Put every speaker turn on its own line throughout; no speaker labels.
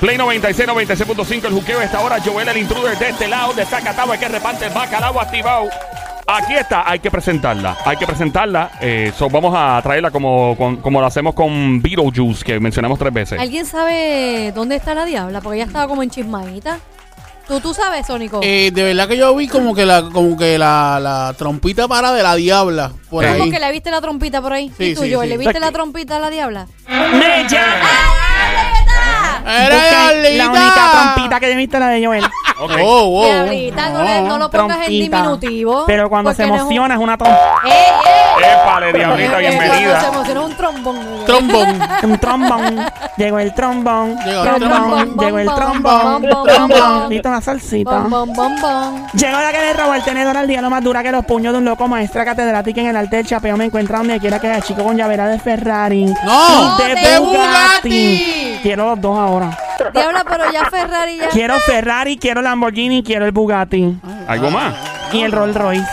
Play 96, 96.5, el juqueo esta hora. Joel, el intruder de este lado, de Zacatau, el que reparte el bacalao activado. Aquí está, hay que presentarla. Hay que presentarla. eh, so, vamos a traerla como, con- como lo hacemos con Beetlejuice, que mencionamos tres veces.
¿Alguien sabe dónde está la diabla? Porque ella estaba como en chismadita. ¿Tú, tú sabes,
Oh.
Sónico?
Eh, de verdad que yo vi como que la, como que la, la trompita para de la diabla por
Eh.
¿Cómo
ahí.
que le viste la trompita por ahí?
Sí,
¿Y tú,
sí,
Joel,
sí.
¿Le viste
Exacto.
la trompita a la diabla?
Me llama.
¡Era
Busca La única trompita que he visto es la de Joel.
Ok.
Oh, wow.
Diablita, no, le- no lo pongas en
Trompita.
diminutivo.
Pero cuando se
porque no es un-
emociona es una trompeta.
¡Ey, ey!
Épale, diablita,
Porque Cuando se
bienvenida.
emociona es un trombón.
Trombón.
Un trombón. Llegó el trombón.
Llegó el
Trombón.
trombón.
Llegó el trombón.
Bom, bom, bom.
Trombón. Listo una salsita.
Bom, bom, bom, bom.
Llegó la que le robó el tenedor al día lo más dura que los puños de un loco maestra catedrática en el arte del chapeo. Me encuentra donde quiera que haya chico con llavera de Ferrari.
No,
Y de,
de
Bugatti.
Bugatti.
Quiero los dos ahora.
Diabla, pero ya Ferrari ya.
Quiero Ferrari, quiero Lamborghini, quiero el Bugatti.
¿Algo más?
Y el Rolls Royce.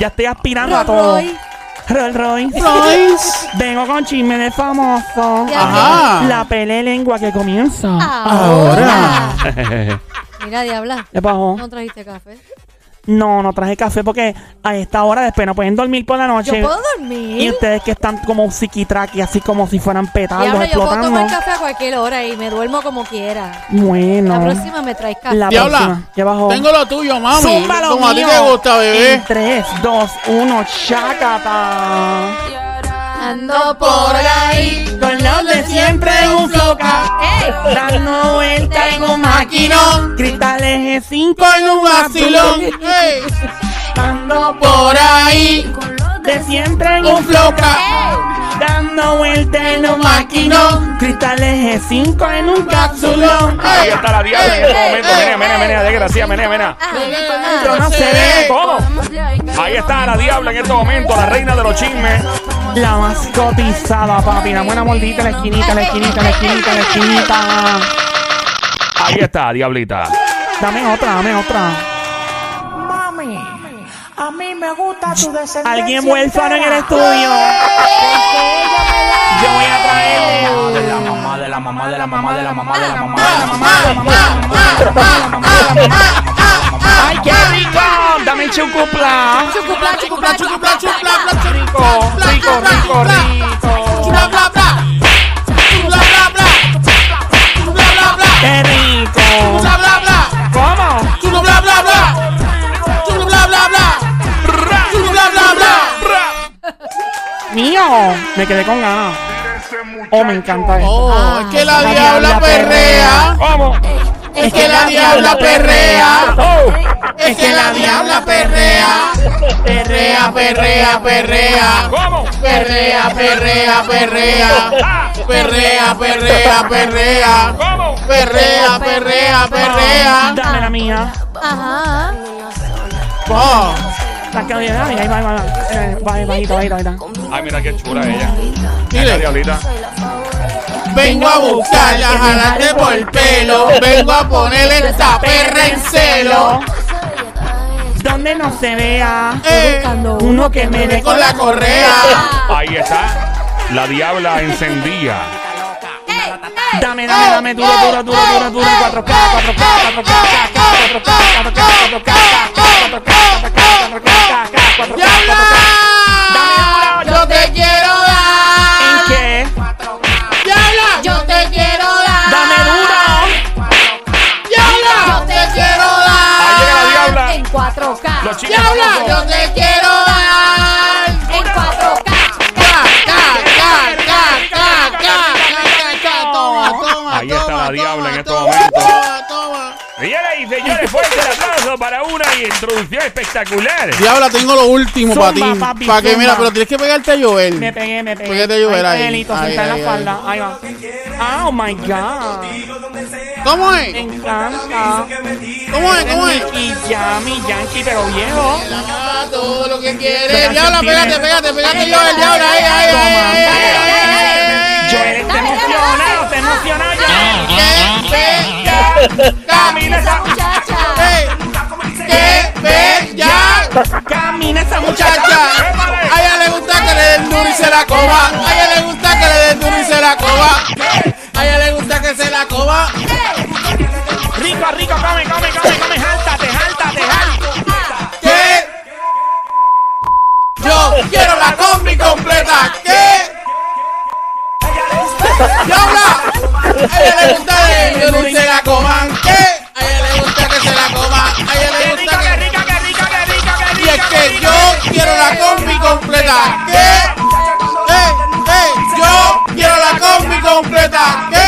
Ya estoy aspirando a
Rolls
todo.
Royce.
Rolls Royce.
Royce.
Vengo con chisme de famoso.
Ajá.
La pele lengua que comienza.
Ah. Ahora. Mira, Diabla,
¿Qué pasó?
no trajiste café.
No, no traje café porque a esta hora después no pueden dormir por la
Yo
noche.
puedo
Y
dormir.
ustedes que están como psiquitraqui, así como si fueran petados
Diabla, yo puedo
explotando.
tomar café a cualquier hora y me duermo como quiera.
Bueno.
La próxima me traes café.
La
Diabla,
próxima. ¿Qué bajó?
Tengo lo tuyo, mami.
Zumba lo
como a ti
mío.
te gusta, bebé.
En 3, 2, 1, chacata.
Ando por ahí.
Con los de siempre un floca. Dando vuelta en un maquinón. Cristales G5
Con un vacilón. Ey.
Dando
Por ahí.
de siempre en
Un
un
floca.
Dando vuelta en un maquinón. Cristales G5 en un capsulón.
Ahí está la diabla en este momento. Menea, menea, menea, desgracia, menea, menea.
Ah,
Pero no se ve.
¿Cómo? Ahí está la diabla en este momento, la reina de los chismes.
La más cotizada, papi. La buena mordita, la esquinita, la esquinita, la esquinita, la esquinita.
Ahí está, diablita.
Dame otra, dame otra.
Mami, a mí me gusta tu descendencia.
Alguien huérfano en el estudio. Yo voy a traerle. ¡Ay, qué rico! Dame chucupla.
Chucupla, chucupla, chucupla, chucupla, chucupla,
Rico,
chucupla,
rico,
chucupla,
rico,
chucupla.
rico.
Bla, bla, bla. Bla, bla, bla. Bla, bla, bla.
¡Qué rico!
Bla, bla, bla.
¿Cómo?
Chulo bla bla bla. Chulo bla bla bla. Chulo bla bla bla.
Mío. Me quedé con ganas. Oh, me encanta esto.
Oh, es que la diabla perrea.
¿Cómo?
Es que la diabla perrea.
¡Oh!
Es que la diabla perrea. Perrea, perrea, perrea.
¿Cómo?
Perrea, perrea, perrea. Perrea, perrea, perrea.
¿Cómo?
Perrea, perrea, perrea.
Dame la mía.
Ajá.
Oh,
La que oye, dame, ahí va, ahí va, ahí va. Eh, va, bajito, bajito, bajito.
Ay, mira qué chula ella. La
dile.
diablita.
Vengo a buscarla, a jalarte por el pelo. Vengo a ponerle esta perra en celo.
Donde no se vea.
Eh,
Uno que me dé
con la correa.
Ah,
Ahí está. La diabla encendía.
Eh.
Dame, dame, dame, duro, duro, duro, duro, duro, 4K, 4K, 4K, 4K, 4K, 4K, 4K, 4K, 4K, 4K, 4K, 4K.
¡Diabla! ¡Yo te quiero
¿En
dar!
qué?
¡Diabla! ¡Yo te quiero dar!
Dame duro.
¡Diabla! ¡Yo te quiero
Ahí
dar!
llega la diabla.
En 4K.
Los chicos.
¡Diabla! ¡Yo te quiero dar!
En 4K.
¡Ca, ca, ca, ca, ca, ca, ca, ca! Toma, toma,
Ahí está
toma,
la diabla
toma,
en estos
toma,
momentos.
toma, toma.
Señoras y señores, fuerte el aplauso para una introducción espectacular.
Diabla, tengo lo último
Zumba,
para ti.
papi,
Para que,
zumba.
mira, pero tienes que pegarte a llover.
Me pegué, me pegué.
Porque te ayudé
Ahí está
ahí.
Elito,
Ahí,
sentada
ahí,
en la espalda. Ahí va. Oh my God.
¿Cómo
Me
es?
encanta.
¿Cómo es? ¿Cómo es?
Eres mi ya, mi yankee, pero viejo.
Ah, Todo lo que quieres.
Pero
Diabla,
así
pégate,
tiene.
pégate, pégate, Joel, diabla. Ahí, ahí, ahí,
Toma.
ahí, ahí, ahí,
Joel,
ahí, ahí.
está emocionado, está emocionado, Joel.
¡Qué bella!
Camina esa
Muchacha.
¡Ey! ¡Qué bella!
Camina esa
Muchacha,
muchacha.
a ella le gusta que le den duro y se la coba. A ella le gusta que le den duro y se la coba. A ella le gusta que se la coba.
Ah,
A ella le gusta de que dulce la coman. ¿Qué? A ella le gusta que se la coma. A ella le
¡Qué rica,
gusta
qué
que...
rica, qué rica, qué rica, qué rica!
Y es que yo quiero la combi completa. ¿Qué? ¡Eh! ¡Eh! Yo quiero la combi completa. ¿Qué?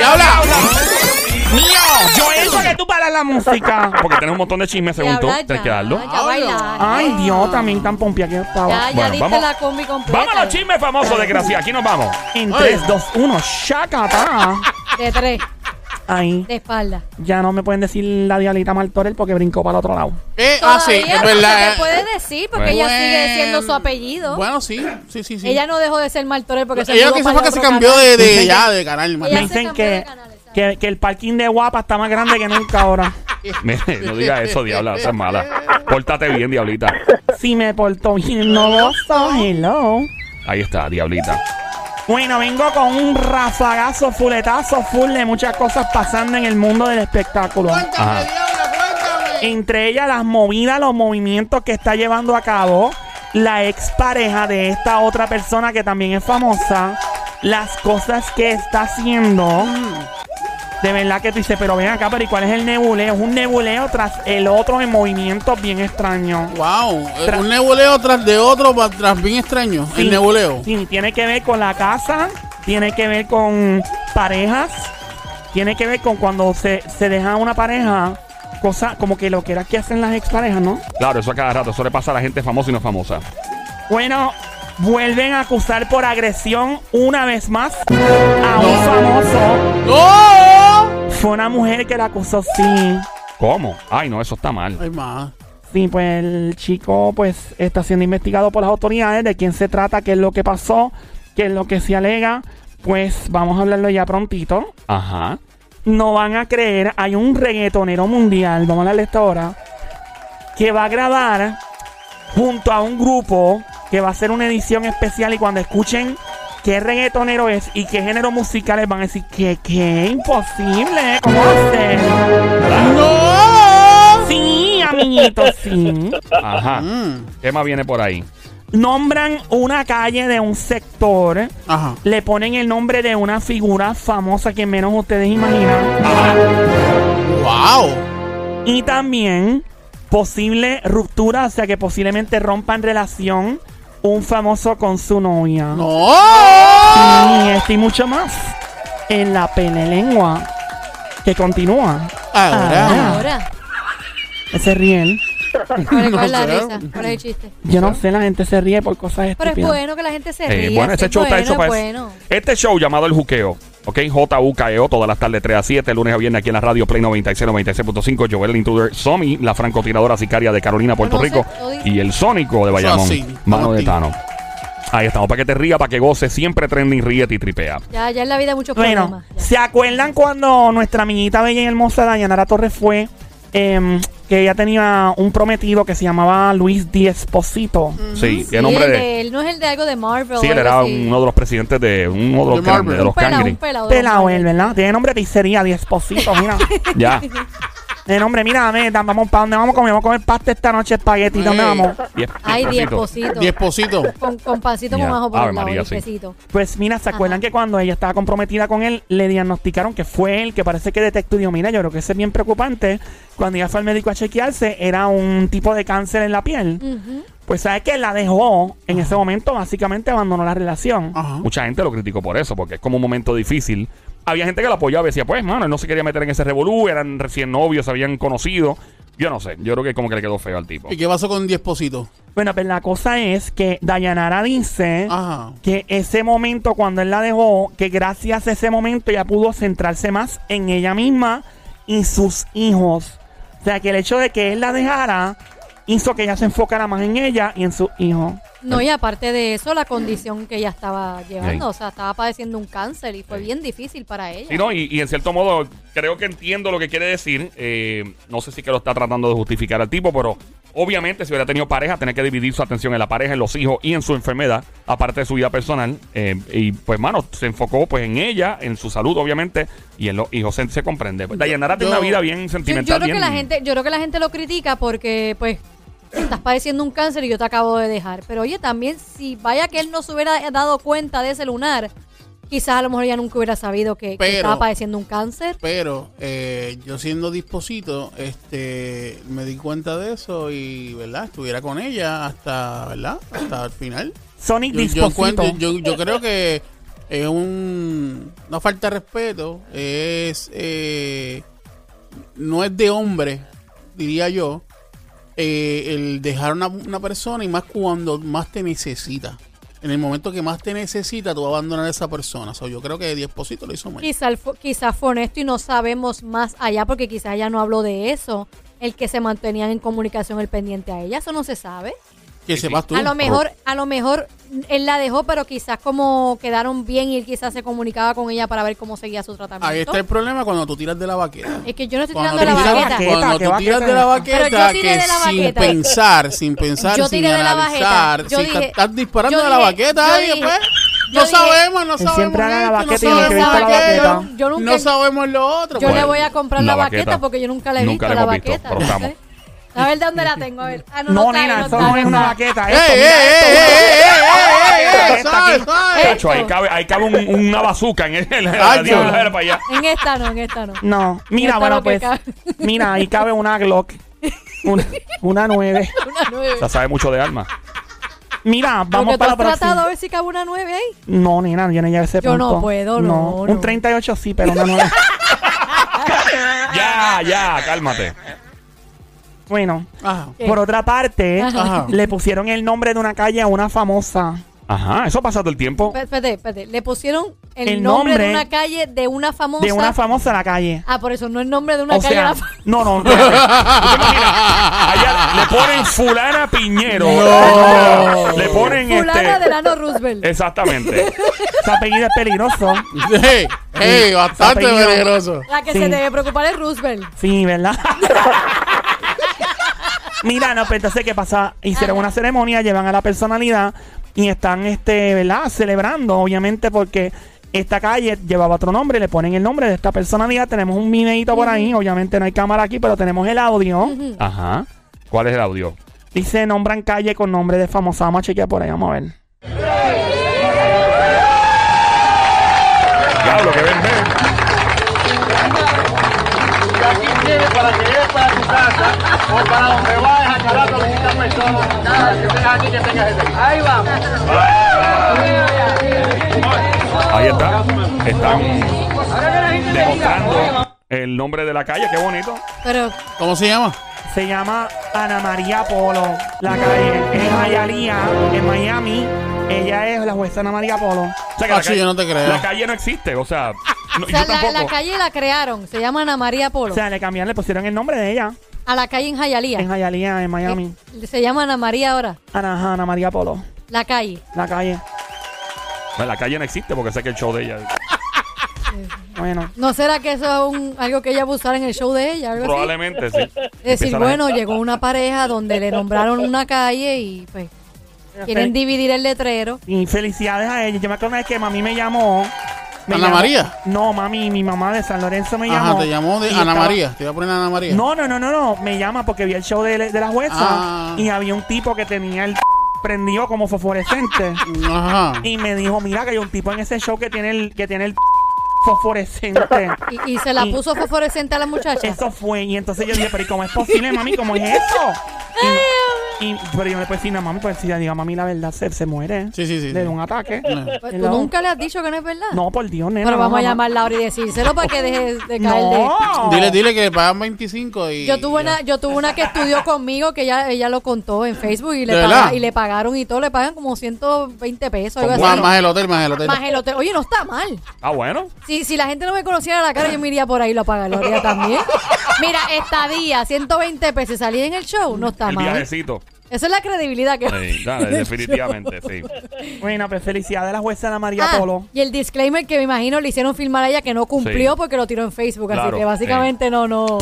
¿Ya habla?
¡Mío! Yo eso que tú paras la música.
Porque tenemos un montón de chismes según tú. Tienes que darlo. Ah,
Ya baila.
Ay, Dios, también tan pompia que estaba.
Ah, Ya, ya
Bueno,
diste
vamos.
la combi completa.
Vamos a los chismes famosos, desgracia. Aquí nos vamos.
En 3, 2, 1, shakata.
De tres,
Ahí.
de espalda.
Ya no me pueden decir la dialita Martorell porque brincó para el otro lado.
¿Qué? Ah, sí,
Todavía
es
no
verdad.
se te puede decir porque
eh. Bueno.
ella sigue siendo su apellido.
Bueno, sí, sí, sí, sí.
Ella no dejó de ser Martorell porque se
Ella lo
mudó
que hizo
para
fue
el
que se
otro
cambió
canal.
de, de ya, de canal. man.
Ella
Me
se
dicen
cambió de
que,
canal, exacto.
que, que el parking de guapa está más grande que nunca ahora.
Mire, no digas eso, diabla. Esa es mala. Pórtate bien, diablita.
Si me porto bien, no hello.
Ahí está, diablita.
Bueno, vengo con un rafagazo, fuletazo, full de muchas cosas pasando en el mundo del espectáculo.
Ajá.
Cuéntame, diabla, cuéntame.
Entre ellas las movidas, los movimientos que está llevando a cabo la expareja de esta otra persona que también es famosa, las cosas que está haciendo. De verdad que tú dices, pero ven acá, pero ¿y cuál es el nebuleo? Es un nebuleo tras el otro en movimientos bien extraños.
Wow, eh,
Tra-
un nebuleo tras de otro, pa- tras bien extraño.
Sí,
El nebuleo.
Sí, tiene que ver con la casa, tiene que ver con parejas, tiene que ver con cuando se, se deja una pareja, cosa como que lo que era que hacen las exparejas, ¿no?
Claro, eso a cada rato. Eso le pasa a la gente famosa y no famosa.
Bueno, vuelven a acusar por agresión una vez más a un famoso.
¡No!
Fue una mujer que la acusó, sí.
¿Cómo? Ay, no, eso está mal.
Ay, más.
Sí, pues el chico pues está siendo investigado por las autoridades de quién se trata, qué es lo que pasó, qué es lo que se alega. Pues vamos a hablarlo ya prontito.
Ajá.
no van a creer, hay un reggaetonero mundial, vamos a hablarle esta hora, que va a grabar junto a un grupo que va a hacer una edición especial y cuando escuchen qué reggaetonero es y qué género musical es, van a decir que qué imposible, ¿cómo hacer?
¡No!
Sí, amiguitos, sí.
Ajá.
Mm,
¿Qué más viene por ahí?
Nombran una calle de un sector,
Ajá.
le ponen el nombre de una figura famosa que menos ustedes imaginan.
¡Wow!
Y también posible ruptura, o sea que posiblemente rompan relación un famoso con su novia.
¡No!
Y esto y mucho más en la lengua que continúa.
Ahora.
Ahora,
Se ríen.
¿cuál cuál es la
No, pero-
risa? ¿Cuál es el chiste?
Yo no sé, la gente se ríe por cosas
Pero es
estúpidas.
bueno que la gente se ríe.
Eh, bueno, este show está hecho para
bueno.
eso. Este show llamado El Juqueo. Ok, J.U.K.E.O. E todas las tardes 3 a 7, lunes a viernes aquí en la radio Play 96, 96.5. Joel el Intruder, Somi, la francotiradora sicaria de Carolina, Puerto
Bueno,
Rico,
se- todo dice-
y el Sónico de Bayamón,
así,
mano de
así.
Tano. Ahí estamos, para que te ría, para que goces, siempre trending, ríete y tripea.
Ya, ya en la vida hay muchos
Bueno,
problemas. ya.
¿se acuerdan cuando nuestra amiguita bella y hermosa Dayanara Torres fue em, que ella tenía un prometido que se llamaba Luis Diesposito?
Sí,
Sí,
qué nombre
el
de...
de él no es el de algo de Marvel.
Sí, él
algo
era
así.
uno de los presidentes de uno de los
De
grandes,
Marvel.
de los
Un pelado,
cangri.
un pelado. de
Pelado
Marvel.
él, ¿verdad? Tiene nombre de pizzería, Diesposito, mira.
Ya.
Eh, hombre, mira, ven, da- vamos, ¿para dónde vamos a comer? Vamos a comer pasta esta noche, espagueti, ¿dónde
Ey.
vamos?
Diez-
Ay,
diez pesitos.
diezposito.
Mi esposito.
Con, con pancito
Ya.
con ajo por
Ave
un lado,
María, sí.
diezpesito.
Pues mira, ¿se acuerdan
Ajá.
que cuando ella estaba comprometida con él, le diagnosticaron que fue él, que parece que detectó y dijo, mira, yo creo que eso es bien preocupante. Cuando ella fue al médico a chequearse, era un tipo de cáncer en la piel.
Ujú.
Pues sabes que la dejó, en ese momento básicamente abandonó la relación.
Ajá.
Mucha gente lo criticó por eso, porque es como un momento difícil. Había gente que lo apoyaba y decía, pues, mano, él no se quería meter en ese revolú, eran recién novios, se habían conocido. Yo no sé, yo creo que como que le quedó feo al tipo.
¿Y qué pasó con mi esposito?
Bueno, pues la cosa es que Dayanara dice...
Ajá.
que ese momento cuando él la dejó, que gracias a ese momento ella pudo centrarse más en ella misma y sus hijos. O sea, que el hecho de que él la dejara hizo que ella se enfocara más en ella y en sus hijos.
No, y aparte de eso, la condición que ella estaba llevando,
Ey.
o sea, estaba padeciendo un cáncer y fue bien difícil para ella.
Sí, no, y, y en cierto modo creo que entiendo lo que quiere decir. Eh, no sé si que lo está tratando de justificar al tipo, pero obviamente si hubiera tenido pareja, tener que dividir su atención en la pareja, en los hijos y en su enfermedad, aparte de su vida personal. Eh, y pues, mano, se enfocó pues en ella, en su salud, obviamente, y en los hijos. Se, se comprende. Pues, Dayanara tiene
yo-
una vida bien
yo,
sentimental.
yo creo que
bien-
la gente, yo creo que la gente lo critica porque, pues, estás padeciendo un cáncer y yo te acabo de dejar. Pero oye, también si vaya que él no se hubiera dado cuenta de ese lunar, quizás a lo mejor ella nunca hubiera sabido que, que
Pero-
estaba padeciendo un cáncer.
Pero eh, yo siendo disposito, este, me di cuenta de eso y, ¿verdad? Estuviera con ella hasta, ¿verdad? Hasta el final.
Sonic
Yo, yo,
Disposito.
encuentro- yo, yo creo que es un, una falta de respeto. Es, eh, no es de hombre, diría yo, eh, el dejar una, una persona y más cuando más te necesita. En el momento que más te necesita, tú vas a abandonar a esa persona. So, yo creo que Disposito lo hizo mal.
Quizás fue, quizá fue honesto y no sabemos más allá porque quizás ella no habló de eso. El que se mantenían en comunicación el pendiente a ella, eso no se sabe.
Que sepas tú.
A lo mejor, a lo mejor él la dejó, pero quizás como quedaron bien y él quizás se comunicaba con ella para ver cómo seguía su tratamiento.
Ahí está el problema cuando tú tiras de la baqueta.
Es que yo no estoy
Cuando
tirando la
tú tiras-
baqueta.
baqueta.
Cuando
¿Qué
tú tiras de
baqueta?
la
Pero yo
baqueta,
tiré
que
de la
sin
baqueta.
pensar, sin pensar,
Yo
sin
tiré de la
analizar,
baqueta. Yo
si
dije-
te estás disparando
yo
de la
dije-
baqueta,
yo
oye,
dije-
pues,
yo
no
dije-
sabemos, no
Él
sabemos
siempre agarra la
esto,
baqueta y no
no
quiere
sabemos
quitar la
aquello,
baqueta.
Yo nunca-
no sabemos lo otro.
Yo
pues.
le voy a comprar la,
La
baqueta,
baqueta.
porque yo nunca la he
Nunca
visto,
la
la
hemos visto,
baqueta.
pero estamos.
A ver, ¿dónde la tengo? A ver. Ah, no,
No,
está ahí,
nena, eso
está
no
ahí,
es
no
una
está.
baqueta.
¡Ey,
Esto,
ey,
mira
ey,
esto.
ey, ey, ey, ey, ey!
Esta
¡Suave,
aquí.
suave!
Chacho, ahí cabe, ahí cabe un- una bazuca en el. en la-
Ay,
digo,
Dios.
la era para allá.
En esta no, en esta no.
No, mira,
Esto
bueno,
lo que
pues.
cabe.
Mira, ahí cabe una Glock. Una, una 9.
Una nueve.
Ya sabe mucho de alma.
Mira, vamos
Porque tú
para la
has tratado a
próxima.
ver si cabe una nueve ahí.
No, nena, yo no llegué a ese
Yo
punto.
no puedo, no,
Un
no.
38 sí, pero una 9.
Ya, ya, cálmate.
bueno,
Ajá.
¿Qué?
por otra parte,
Ajá.
le pusieron el nombre de una calle a una famosa.
Ajá, eso ha pasado el tiempo.
Pe- Espérate, espérate. Le pusieron el,
El
nombre, de
nombre
una calle de una famosa.
De una famosa a la calle.
ah, por eso no el nombre de una
o
calle. de
sea,
una fa-
no, no, espérate.
Allá le ponen fulana Piñero.
No.
Le ponen
Fulana
este.
de Lano Roosevelt.
Exactamente.
Ese apellido es peligroso.
¡Ey, ey! Bastante
Apellido.
peligroso.
La que
Sí.
se debe preocupar es Roosevelt.
Sí, ¿verdad? Mira, no, pero entonces, ¿qué pasa? Hicieron una ceremonia, llevan a la personalidad y están, este, ¿verdad? Celebrando, obviamente, porque esta calle llevaba otro nombre, le ponen el nombre de esta personalidad. Tenemos un videito por ahí, obviamente no hay cámara aquí, pero tenemos el audio.
Ajá. ¿Cuál es el audio?
Dice, nombran calle con nombre de famosa. Vamos a chequear por ahí, vamos a ver.
Diablo, que vende.
Y aquí tiene para que llegues para tu casa o para donde vayas a charlar con distintas personas. Para que tengas aquí que tengas ese. Ahí vamos.
Ahí está. Están demostrando el nombre de la calle. Qué bonito.
Pero
¿Cómo se llama?
Se llama Ana María Polo. La calle es Ayaría, en Miami. Ella es la jueza Ana María Polo.
O sea, que la,
Pachi,
calle,
yo no te creo.
la calle no existe. O sea, no,
o sea,
yo tampoco.
la, la calle la crearon. Se llama Ana María
O
Polo.
sea, le cambiaron, le pusieron el nombre de ella.
a la calle en Jayalía.
En Hialeah, en Miami.
Eh, Se llama Ana María ahora.
Ana, ajá, Ana María Polo.
La calle.
La calle.
No, la calle no existe porque sé que el show de ella.
Bueno.
¿No será que eso es un- algo que ella va a usar en el show de ella? Algo así?
Probablemente, sí.
Es decir,
Empieza la
bueno, llegó una pareja donde le nombraron una calle y pues quieren dividir el letrero.
Y felicidades a ella. Yo me acuerdo una vez que mami me llamó. me
¿Ana
llamó-
María?
No, mami, mi mamá de San Lorenzo me llamó.
Ajá, te llamó de
y
Ana
estaba-
María. Te iba a poner Ana María.
No, no, no, no, no. Me llama porque vi el show de, de la jueza
Ah.
y había un tipo que tenía el prendido como fosforescente.
Ajá.
y me dijo, mira que hay un tipo en ese show que tiene el, que tiene el fosforescente.
Y, y se la
Y-
puso fosforescente a la muchacha.
Eso fue. Y entonces yo dije, pero ¿y cómo es posible, mami? ¿Cómo es eso? Y, y- pero yo le puedo decir, no, mami, pues si le digo a mami la verdad, se, se muere.
Sí, sí, sí,
Le
sí.
da un ataque.
No.
Pues,
El
Tú
lado-
nunca le has dicho que no es verdad.
No, por Dios, nena.
Pero vamos a
no,
llamar a Laura y decírselo para que deje de
no.
caer de...
No.
Oh.
Dile, dile que le pagan 25 y...
Yo tuve una, yo tuve una que estudió conmigo que ella, ella lo contó en Facebook y le,
¿De
paga-
verdad?
y le pagaron y todo, le pagan como 120 pesos, algo
Más,
así.
más el hotel, más el hotel.
Más el hotel. Oye, no está mal.
Ah, bueno.
Si, si la gente no me conociera la cara, yo me iría por ahí y lo pagaría también. Mira, estadía, 120 pesos, salir en el show, no está
El
mal.
viajecito.
Esa es la credibilidad que...
Sí, dale, definitivamente, sí.
Bueno, pues felicidades a la jueza Ana María
Ah,
Polo.
y el disclaimer que me imagino le hicieron filmar a ella que no cumplió
Sí.
porque lo tiró en Facebook,
Claro,
así que básicamente no, no.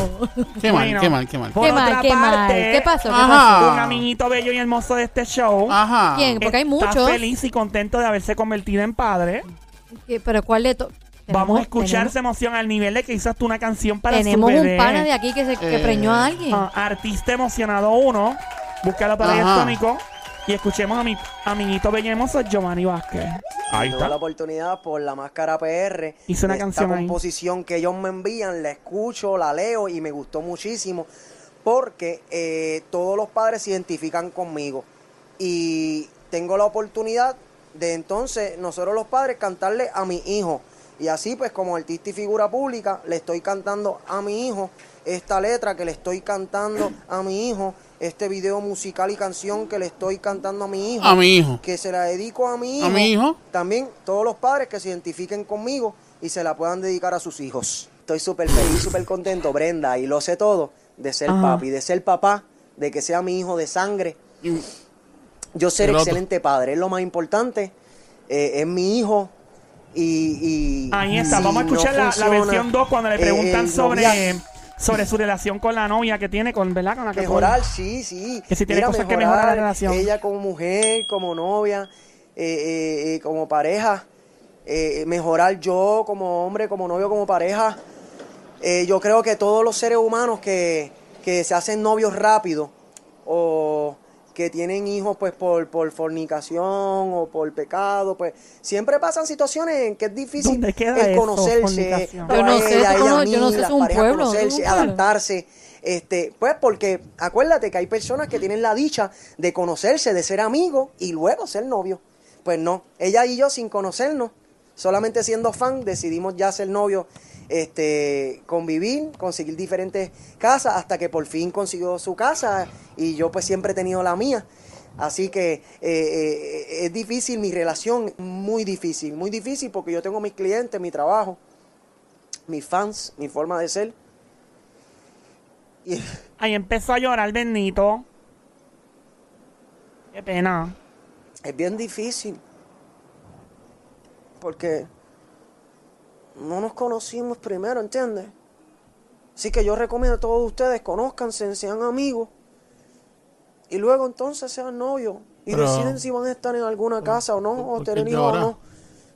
Qué mal,
Bueno.
qué mal, qué mal.
Por
qué
otra
mal, qué mal.
parte-
¿Qué pasó? ¿Qué
Ajá.
pasó?
Un amiguito bello y hermoso de este show.
Ajá.
¿Quién? Porque hay
está
muchos.
feliz y contento de haberse convertido en padre.
¿Qué- Pero ¿cuál le to-
Vamos
Tenemos-
a escuchar esa
tenemos-
emoción al nivel de que hizo hasta una canción para
Tenemos
su
un
bebé.
pana de aquí que se que
Eh,
preñó a alguien.
Ah, artista Ah, emocionado uno. Búscalo para ahí el
Ajá.
Sónico y escuchemos a mi amiguito bellemoso Giovanni Vázquez.
Ahí
Tuve la
está.
oportunidad por la máscara PR.
Hice una
Esta
canción ahí.
composición que ellos me envían, la escucho, la leo y me gustó muchísimo porque eh, todos los padres se identifican conmigo y tengo la oportunidad de entonces nosotros los padres cantarle a mi hijo. Y así pues como artista y figura pública le estoy cantando a mi hijo esta letra que le estoy cantando a mi hijo, este video musical y canción que le estoy cantando a mi hijo
A mi hijo.
que se la dedico a mi hijo.
¿A mi hijo?
También todos los padres que se identifiquen conmigo y se la puedan dedicar a sus hijos. Estoy súper feliz, súper contento, Brenda, y lo sé todo, de ser
Ajá.
papi, de ser papá, de que sea mi hijo de sangre. Yo ser
Pero-
excelente padre, es lo más importante. eh, es mi hijo. Y, y
Ahí está, vamos a
si no
escuchar la- la,
funciona,
versión 2 cuando le
eh,
preguntan
el
sobre,
noviazgo.
sobre su relación con la novia que tiene, con, ¿verdad? Con la que
Mejorar, sí, sí.
Que si tiene cosas que mejorar la relación.
Ella como mujer, como novia, eh, eh, eh, como pareja. eh, mejorar yo como hombre, como novio, como pareja. Eh, yo creo que todos los seres humanos que, que se hacen novios rápido o que tienen hijos pues por, por fornicación o por pecado, pues siempre pasan situaciones en que es difícil
¿Dónde queda
el
eso,
conocerse,
fornicación?
Yo no sé,
ella,
tú
ella
cono- yo no
misma,
sé, es
las
un
parejas
pueblo, es un
conocerse,
pueblo.
adaptarse, este, pues porque acuérdate que hay personas que tienen la dicha de conocerse, de ser amigos y luego ser novios. Pues no, ella y yo sin conocernos, solamente siendo fan, decidimos ya ser novios, este, convivir, conseguir diferentes casas hasta que por fin consiguió su casa y yo pues siempre he tenido la mía. Así que eh, eh, es difícil mi relación, muy difícil, muy difícil porque yo tengo mis clientes, mi trabajo, mis fans, mi forma de ser. Y-
Ahí empezó a llorar, bendito. Qué pena.
Es bien difícil. Porque no nos conocimos primero, ¿entiendes? Así que yo recomiendo a todos ustedes, conózcanse, sean amigos. Y luego entonces sean novios. Y
Pero-
deciden si van a estar en alguna casa o no,
¿por
o
qué
tener
te
hijos o
ahora?
no.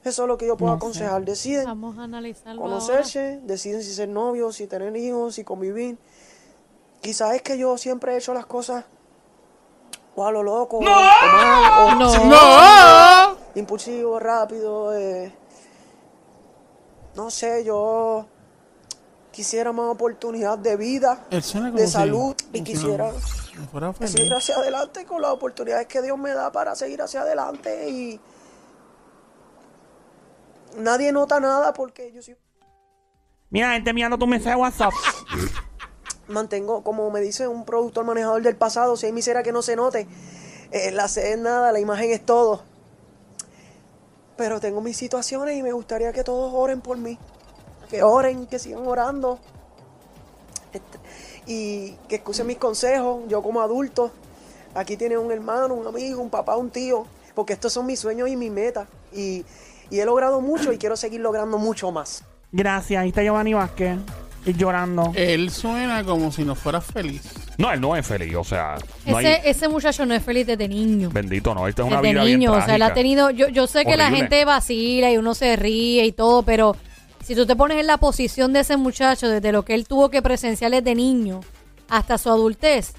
Eso es lo que yo puedo
No sé.
aconsejar. Deciden
Vamos a analizarlo. ahora.
conocerse, deciden si ser novios, si tener hijos, si convivir. Quizás es que yo siempre he hecho las cosas o a lo loco, o- o mal, o-
No.
¡No!
impulsivo, rápido. eh. No sé, yo quisiera más oportunidad de vida,
Él suena como
de
si-
salud y
como si
quisiera
no- no fuera feliz.
seguir hacia adelante con las oportunidades que Dios me da para seguir hacia adelante y nadie nota nada porque yo soy-
Mira, gente mirando tu mensaje de WhatsApp.
mantengo, como me dice un productor manejador del pasado, si hay misera que no se note, eh, la sed es nada, la imagen es todo. Pero tengo mis situaciones y me gustaría que todos oren por mí. Que oren, que sigan orando. Este, y que escuchen mis consejos, yo como adulto. Aquí tiene un hermano, un amigo, un papá, un tío. Porque estos son mis sueños y mis metas. Y, y he logrado mucho y quiero seguir logrando mucho más.
Gracias, ahí está Giovanni Vázquez. Y llorando.
Él suena como si no fuera feliz.
No, él no es feliz, o sea, no hay-
Ese, ese muchacho no es feliz desde niño.
Bendito, no, esta es una
Desde
vida bien
niño, o sea, él ha
trágica.
tenido. Yo, yo sé que la
Horrible.
gente vacila y uno se ríe y todo, pero si tú te pones en la posición de ese muchacho, desde lo que él tuvo que presenciar desde niño hasta su adultez,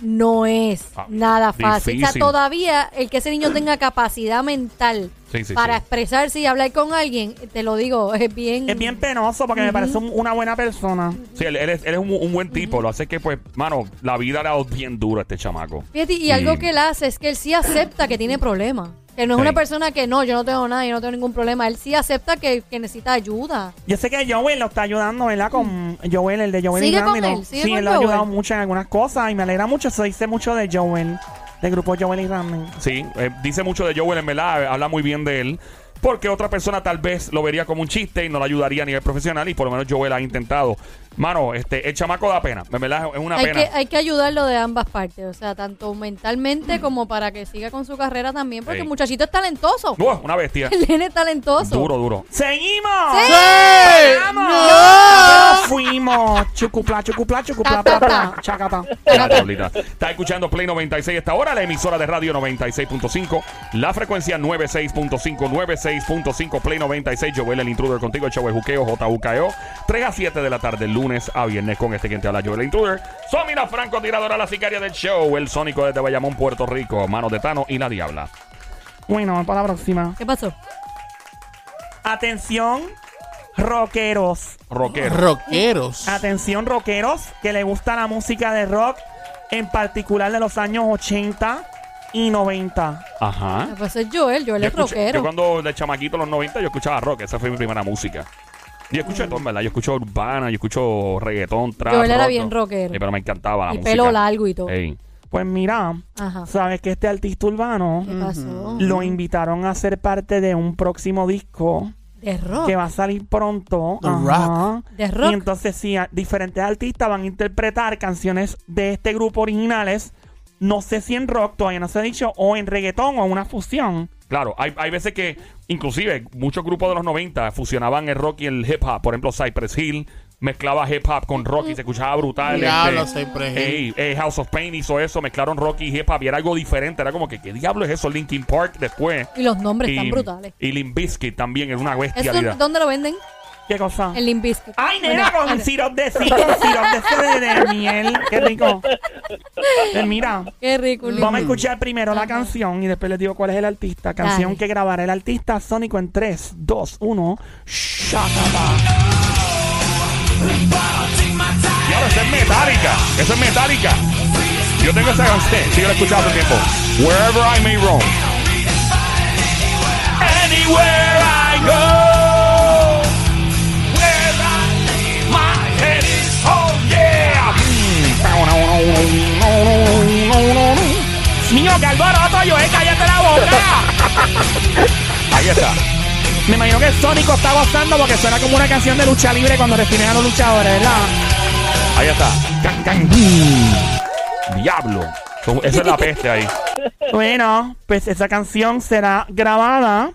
no es
Ah,
nada fácil. O sea,
difícil.
todavía el que ese niño tenga capacidad mental
Sí, sí,
para
sí.
expresarse y hablar con alguien, te lo digo, es bien.
Es bien penoso porque me parece un- una buena persona.
Sí, él, él es, él es un, un buen tipo, lo hace que, pues, mano, la vida le ha dado bien dura a este chamaco. Mm.
Fíjate, y algo que él hace es que él sí acepta que tiene problemas. Que no es
Sí.
una persona que no, yo no tengo nada, yo no tengo ningún problema. Él sí acepta que, que necesita ayuda.
Yo sé que Joel lo está ayudando, ¿verdad? Con Joel, el de Joel
Sigue
y Randy,
con
¿no?
él, sigue
Sí,
con
él lo ha
Joel.
ayudado mucho en algunas cosas y me alegra mucho. Eso dice mucho de Joel, del grupo Joel y Randy.
Sí, eh, dice mucho de Joel, en verdad, habla muy bien de él. Porque otra persona tal vez lo vería como un chiste y no lo ayudaría a nivel profesional. Y por lo menos Joel ha intentado. Mano, este, el chamaco da pena. En verdad, es una
Hay
pena.
que, hay que ayudarlo de ambas partes, o sea, tanto mentalmente como para que siga con su carrera también,
Mm.
porque
Sí.
el muchachito es talentoso.
Uah, Uh, una bestia.
El nene es talentoso.
duro, duro.
¡Seguimos!
¡Sí!
¡Vamos! ¡Ya fuimos! Chucupla, chucupla,
Ta,
chucupla,
ta,
pla,
ta.
pla, chacata.
La tablita. Está escuchando Play 96 hasta ahora, la emisora de radio 96.5, la frecuencia 96.5, 96.5, Play 96, Joel el intruder contigo, el show el juqueo, JUKEO, 3 E a 7 de la tarde, lunes. lunes a viernes con este quien te habla, Joel Intruder. Somi la francotiradora, la sicaria del show, el sónico desde Bayamón, Puerto Rico, Manos de Tano y la Diabla.
Bueno, para la próxima.
¿Qué pasó?
Atención, rockeros.
Rockero.
Rockeros.
Ah,
Atención, rockeros, que le gusta la música de rock, en particular de los años 80 y 90.
Ajá.
Ah, Pues es Joel, Joel
Yo
es
escuché-
rockero.
Yo cuando de chamaquito los 90 yo escuchaba rock, esa fue mi primera música. Y escuché todo, en ¿verdad? Yo escucho urbana, yo escucho reggaetón, trap.
Joel era
rock,
bien
¿no?
rockero.
Sí, pero me encantaba la
Y
música.
pelo largo y todo.
Ey.
Pues mira,
Ajá.
sabes que este artista urbano
¿Qué pasó?
lo invitaron a ser parte de un próximo disco
De rock.
que va a salir pronto.
Oh. The Rock.
De rock.
Y entonces sí, a- diferentes artistas van a interpretar canciones de este grupo originales. No sé si en rock, todavía no se ha dicho, o en reggaetón o una fusión.
Claro, hay, hay veces que, inclusive, muchos grupos de los 90 fusionaban el rock y el hip hop. Por ejemplo, Cypress Hill mezclaba hip hop con rock y se escuchaba brutal.
Diablo, Cypress
ey,
Hill.
eh, House of Pain hizo eso, mezclaron rock y hip hop y era algo diferente. Era como que, ¿qué diablo es eso? Linkin Park después.
Y los nombres
y,
están brutales.
Y Limp Bizkit también, es una
¿Eso
bestialidad.
dónde lo venden?
¿Qué cosa?
En Limbisky.
¡Ay, nena! Con sirope de sí, con sirope de, cedro de, miel. ¡Qué rico! Pues mira,
Qué rico. Lim-
vamos a escuchar primero la
Ajá.
canción y después les digo cuál es el artista. Canción
Dale.
que grabará el artista Sónico en 3, 2, 1. ¡Shakaba!
Claro, esa es metálica. Esa es metálica. Yo tengo esa canción. Sí, yo la he escuchado hace tiempo. Wherever I may roam. Anywhere I go. Where I lay my head is home. Yeah. Mm.
¡Mío, qué alboroto,
eh,
Joel! ¡Cállate la boca!
Ahí está.
Me imagino que Sónico está gozando porque suena como una canción de lucha libre cuando definen a los luchadores, ¿verdad?
Ahí está. Can, can, boom. Diablo. So, Esa es la peste ahí.
Bueno, pues esa canción será grabada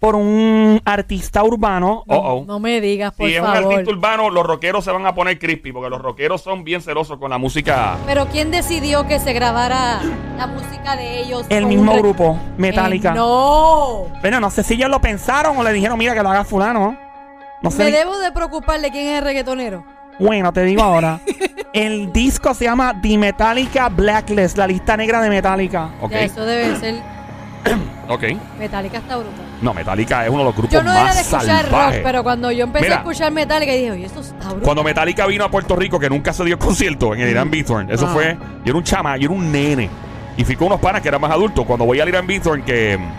por un artista urbano.
Oh, oh.
No me digas, por
Si es un
favor.
artista urbano, los rockeros se van a poner crispy porque los rockeros son bien celosos con la música.
Pero ¿quién decidió que se grabara la música de ellos?
El
con
mismo
un re-
grupo,
Eh,
Metallica.
no.
Bueno, no sé si ellos lo pensaron o le dijeron, mira, que lo haga fulano. No sé.
Me
ni-
debo de preocupar de quién es el reggaetonero.
Bueno, te digo ahora. el disco se llama The Metallica Blacklist, la lista negra de Metallica.
Ok,
Ya, eso debe ser.
ok.
Metallica está brutal.
No, Metallica es uno de los grupos
Yo no era
más
de escuchar
salvajes.
rock, pero cuando yo empecé
Mira.
a escuchar Metallica dije, oye, esto está brutal.
Cuando Metallica vino a Puerto Rico, que nunca se dio concierto en el Irán Bithorn, eso
Ah.
fue. Yo era un chama, yo era un nene. Y fui con unos panas que eran más adultos. Cuando voy al Irán Bithorn, que mm,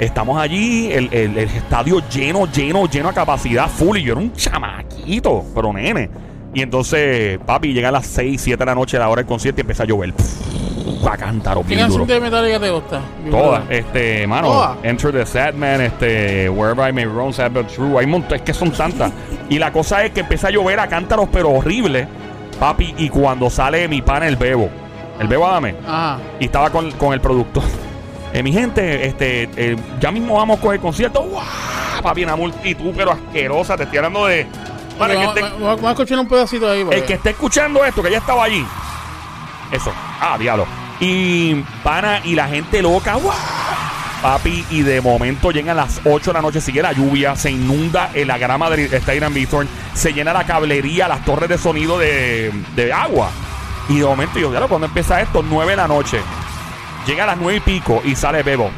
estamos allí, el, el- el estadio lleno, lleno, lleno a capacidad full. Y yo era un chamaquito, pero nene. Y entonces, papi, llega a las 6, 7 de la noche, la hora del concierto, y empieza a llover. Va a cantar,
¿Qué
bien duro.
canción de Metallica te gusta? Mi
Todas,
brother.
este, mano,
Todas.
Enter the Sadman, este, Wherever I May Roam, Sad But True, hay montones que son tantas. y la cosa es que empieza a llover a cántaros, pero horrible, papi, y cuando sale mi pana el bebo, el bebo dame,
Ajá.
y estaba con, con el productor. Eh, mi gente, este, eh, ya mismo vamos con el concierto, ¡guau! papi, una multitud, pero asquerosa, te estoy hablando de... Bueno,
Vale,
el que
vamos,
esté-
vamos- vamos a escuchar un pedacito ahí.
el que
porque-
esté escuchando esto, que ya estaba allí. Eso. Ah, diablo. Y pana y la gente loca. ¡guau! Papi, y de momento llegan las 8 de la noche, sigue la lluvia, se inunda en la grama de Stadium Bithorn, se llena la cablería, las torres de sonido de, de agua. Y de momento yo, claro, cuando empieza esto, 9 de la noche. Llega a las 9 y pico y sale Bebo.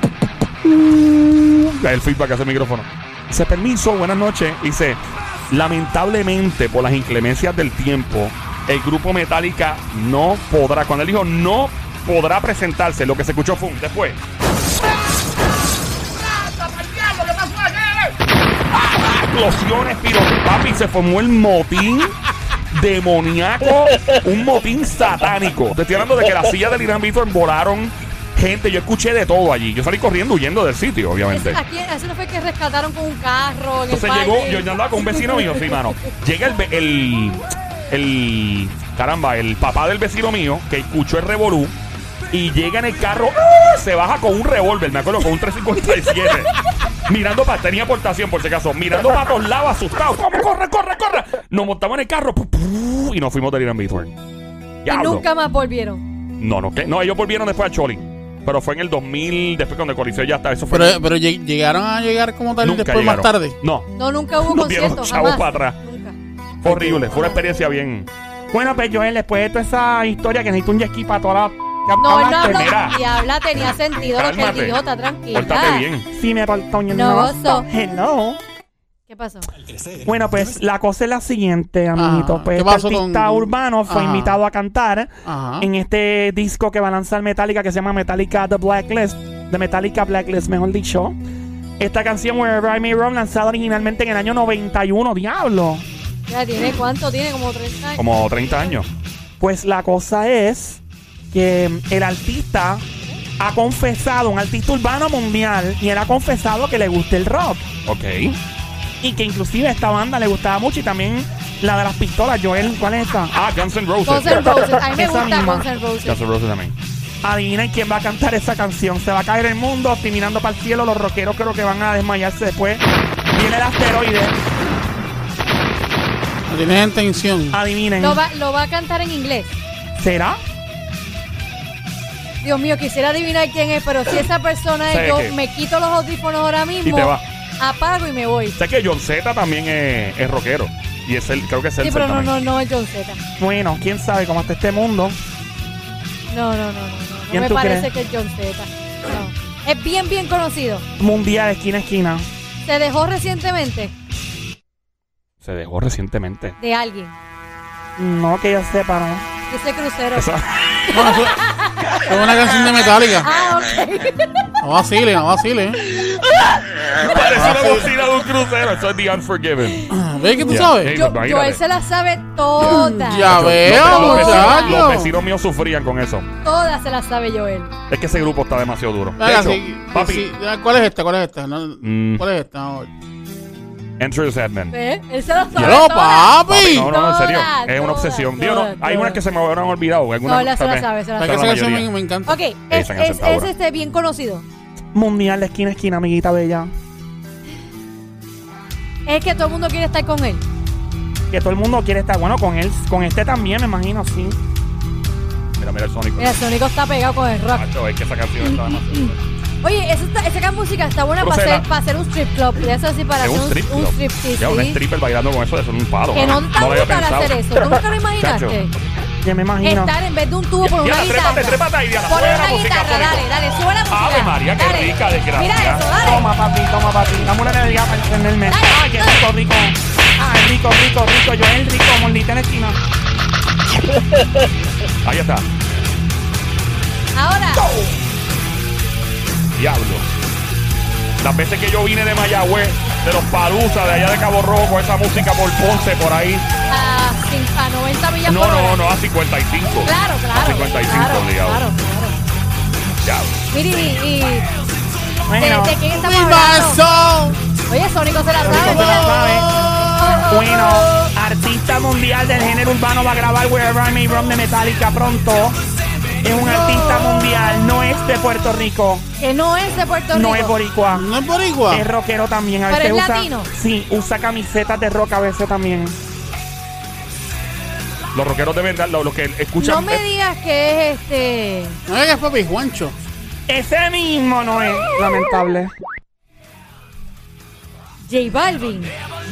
El feedback hace el micrófono. Dice, permiso, buenas noches. Dice, lamentablemente, por las inclemencias del tiempo, el grupo Metallica no podrá, cuando él dijo no podrá presentarse, lo que se escuchó fue un después. Ah, Explosiones, piro. Papi, se formó el motín demoníaco, un motín satánico. Te estoy hablando de que las sillas del Irán Bithorn volaron gente. Yo escuché de todo allí. Yo salí corriendo huyendo del sitio, obviamente.
Ese- aquí, ese no fue que rescataron con un carro en
Entonces
el
llegó,
parque.
yo andaba con un vecino mío, sí, mano. Llega el, ve- el, el, caramba, el papá del vecino mío que escuchó el revolú y llega en el carro, ¡ah! se baja con un revólver, me acuerdo, con un 357. mirando para, tenía aportación por si acaso, mirando para todos lados, asustado. ¡Corre, corre, corre, corre! Nos montamos en el carro pu, pu, y nos fuimos de Irán Bithorn.
Y
Diablo.
nunca más volvieron.
No, no, que, no, ellos volvieron después a Choli. Pero fue en el 2000, después cuando el Coliseo ya estaba, eso fue.
Pero, pero lleg- llegaron a llegar como tal
nunca
después más
llegaron.
tarde.
No,
No, nunca hubo
Nos dieron
concierto,
chavos
jamás.
para atrás.
Nunca.
Fue horrible, fue una experiencia bien.
Bueno, pues Joel, después de toda esa historia que necesito un jet ski para toda la...
No, él no habló
Mira.
con diabla, tenía sentido lo que
Cálmate.
el idiota, tranquila.
Pórtate bien.
Sí, me portó un
No, so-
Hello.
¿Qué pasó?
Bueno, pues la cosa es la siguiente, amiguito.
Ajá.
pues
Ah, ¿Qué
este
pasó
artista
con-
urbano fue
Ajá. Ah.
invitado a cantar
Ajá.
en este disco que va a lanzar Metallica, que se llama Metallica The Blacklist. The Metallica Blacklist, mejor dicho. Esta canción, Wherever I May Roam, lanzada originalmente en el año 91, diablo.
Ya tiene cuánto, tiene como tres años.
Como 30 años.
Pues la cosa es que el artista ha confesado, un artista urbano mundial, y él ha confesado que le gusta el rock.
Ok.
Y que inclusive esta banda le gustaba mucho y también la de las pistolas, Joel, ¿cuál es esa?
Ah, Guns N'
Guns
Roses.
N' Roses, a mí me
Esa
gusta
misma.
Guns N'
Guns
Roses.
N' Roses también.
Adivinen quién va a cantar esa canción. Se va a caer el mundo, mirando para el cielo. Los rockeros creo que van a desmayarse después. Viene el asteroide.
No tienes intención.
Ah.
Adivinen.
Lo va, lo va a cantar en inglés.
¿Será?
Dios mío, quisiera adivinar quién es, pero si esa persona
Sé
es yo,
que-
me quito los audífonos ahora mismo,
te va.
apago y me voy.
Sé que John Z también es, es rockero. Y es el, creo que es el
Sí, pero no,
también.
no, no es John Z.
Bueno, quién sabe cómo está este mundo.
No, no, no, no. no. No
¿Quién
me
tú
parece
crees?
que es John Z. No. Es bien, bien conocido.
Mundial, esquina a esquina.
Se dejó recientemente
Se dejó recientemente.
de alguien.
No que yo sepa, ¿no?
Ese crucero.
Esa-
No, eso- eso es una canción de Metallica.
Ah, ok.
No vacile, no vacile. ¿eh?
parece la bocina de un crucero. Eso es The Unforgiven.
Ah, ¿Ves que tú
Ya.
sabes?
Yo,
imagínate.
Joel se las sabe todas.
Ya veo,
Los vecinos, los
muchachos.
vecinos míos sufrían con eso.
Todas se las sabe Joel.
Es que ese grupo está demasiado duro. De
Venga,
hecho,
sí,
papi,
sí, ah, ¿Cuál es esta? ¿Cuál es esta? No,
Mm.
¿Cuál es esta? No.
Enter the Sadman.
¿Ves? ¿Eh? Él se las sabe
¡Pero,
todas.
papi!
No, no, en serio.
Todas,
es una
todas,
obsesión. Digo,
todas,
no, hay unas
todas.
que se me habrán olvidado. Algunas,
No, la- se la
tal vez,
sabe, se la
pero
¿Sabes que
la
esa canción
mayoría.
me, me encanta?
Ok, es,
están en
es,
Centauro.
es este bien conocido.
Mundial, de esquina a esquina, amiguita bella.
Es que todo el mundo quiere estar con él.
Que todo el mundo quiere estar bueno con él. Con este también, me imagino, sí.
Mira, mira el Sonic.
Mira, Mm, Sonico está pegado con el rock.
Macho, es que esa canción está demasiado dura.
Oye, esa, está- esa música está buena para
Crucela.
hacer, para hacer un strip club. De eso sí, para
Es
hacer
un
un
strip.
un
club.
strip sí,
Ya, un
sí.
stripper bailando con eso es un palo.
Que no
mano.
te tan
lo había
para
pensado.
hacer eso. ¿Tú nunca lo imaginaste?
Chacho.
Ya me imagino.
Estar en vez de un tubo por
Mira,
una
trépate,
guitarra.
trépate ahí, Diana.
Por
Sube la
una
música,
guitarra,
Sónico.
dale, dale, sube la música.
Ave María, qué
Dale.
rica desgracia.
Mira eso, dale.
Toma, papi, toma, papi. Dame una energía para encender el mes.
Dale,
Ay, qué
dale.
rico, rico. Ay, rico, rico, rico. Yo el rico, molita en la esquina.
Ahí está.
Ahora,
Diablo. Las veces que yo vine de Mayagüez, de los Palusa, de allá de Cabo Rojo, con esa música por Ponce, por ahí.
a, cin- a 90 millas
No,
por hora.
no, no, a 55.
Claro,
A
claro.
55,
claro,
obligado.
claro, claro.
Diablo.
Mira, y, y- ¿de,
Bueno,
de quién estamos
¡Mi
hablando?
vaso!
Oye, Sónico se la sabe.
se la sabe.
Oh, oh, oh.
bueno. Artista mundial del género urbano va a grabar Wherever I May Roam de Metallica pronto. Es un artista mundial, no es de Puerto Rico,
oh, Que no es de Puerto Rico.
no es boricua.
¿No es boricua?
Es rockero también. A
Pero
veces
es
usa,
latino.
Sí, usa camisetas de rock a veces también.
Los rockeros de verdad, los, los que escuchan.
No me digas que es este.
No es que es papi Juancho.
Ese mismo no es lamentable.
J Balvin.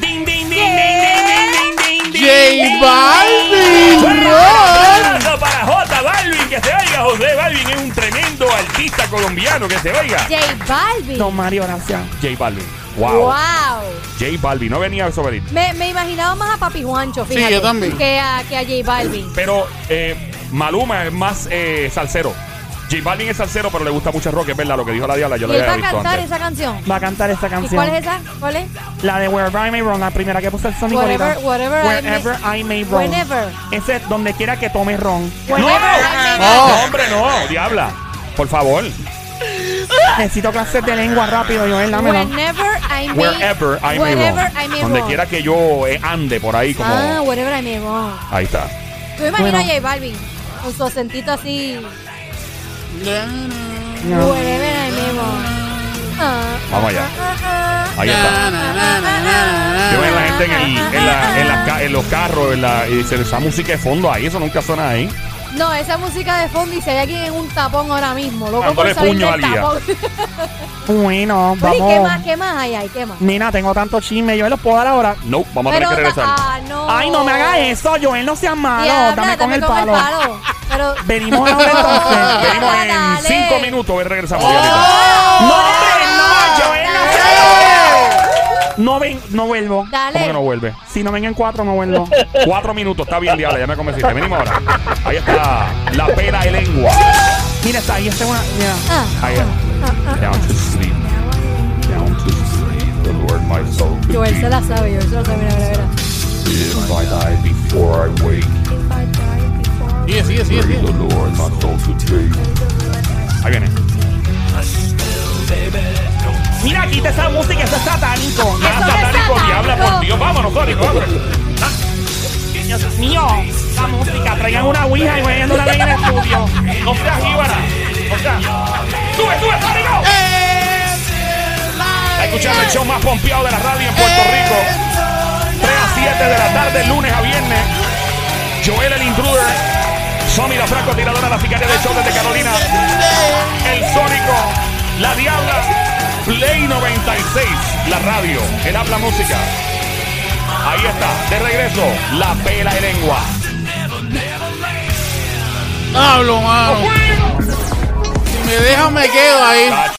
Ding, ding, ding, ding, ding, ding, ding, ding,
¡J
ding.
Balvin! Rock.
aplauso para J Balvin, que se oiga. José Balvin es un tremendo artista colombiano, que se oiga.
J Balvin.
Don Mario, gracias.
J Balvin.
wow.
Wow. J Balvin, no venía a venir.
Me, me imaginaba más a Papi Juancho,
Sí,
fíjate.
yo también.
Que a, que a J Balvin.
Pero eh, Maluma es más eh, salsero. J Balvin es salsero, pero le gusta mucho rock, es verdad, lo que dijo la diabla, yo
Y
lo
él va
había
a
visto
cantar
antes.
esa canción.
Va a cantar esta
¿Y
canción.
cuál es esa? ¿Cuál es?
La de Wherever I May Roam, la primera que puse el sonido.
Whatever-
ahorita.
whatever I
Wherever I May Roam.
Whenever.
Ese es donde quiera que tome ron.
¡No! Oh,
Whenever I may-
¡No, hombre, no! ¡Diabla! Por favor.
Necesito clases de lengua rápido, Joel, dámelo.
Whenever I may.
Wherever I may
Wherever
roam.
I may
Donde
roam.
quiera que yo eh, ande por ahí, como.
Ah, wherever I may roam.
Ahí está.
Tú imaginas
Bueno.
a J Balvin con su acentito así.
No.
Wherever I may roam. Ah,
Vamos allá.
ah, ah, ah.
Ahí está. Yo veo a la gente en, el- en la- en las ca- en los carros en la- y se les da música de fondo ahí, eso nunca suena ahí.
No, esa música de fondo y si hay alguien en un tapón ahora mismo, loco
Dándole
por salir
Ah, puño
del
al día.
tapón.
Bueno,
Oye,
vamos.
¿qué más? ¿Qué más hay ahí? ¿Qué más?
Nina, tengo tanto chisme. Yo me los puedo dar ahora.
No, vamos a tener que regresar.
ah, no.
Ay, no me hagas eso, Joel, no seas malo.
Diabla,
dame con,
dame
el, palo.
Pero
Venimos ahora entonces.
Venimos en
Dale.
cinco minutos, regresamos.
Oh,
Dianita.
No, hombre, no, Joel, no seas- No ven, no vuelvo.
¿Cómo que
dale.
no vuelve?
Si no ven en cuatro, no vuelvo.
Cuatro minutos, está bien, diabla, ya me convenciste. Venimos ahora. Ahí está la pera de lengua.
Mira, está ahí, esta es una. Mira.
Ah,
Ahí está. Down to sleep. Down to sleep. The Lord my soul.
Joel se la sabe, Joel se la sabe, mira, mira, mira.
If I die before I wake,
Sigue, sigue, sigue, sigue.
the Lord my soul to take. Ahí viene.
Mira, quita esa música, eso es satánico.
Nada
es
satánico,
satánico.
diabla, por Dios. Vámonos, Sónico, vámonos.
Dios mío, esa música, traigan una ouija y vayan a la en el estudio.
No seas jíbara. O sea, sube, sube, Sónico. Está escuchando el show más pompeado de la radio en Puerto Rico. 3 a 7 de la tarde, lunes a viernes. Joel el intruder. Somi la francotiradora, la sicaria del show desde Carolina. El Sónico. La Diabla. Play 96. La radio. El habla música. Ahí está. De regreso. La pela de lengua.
Hablo, mano. Si me dejan, me quedo ahí.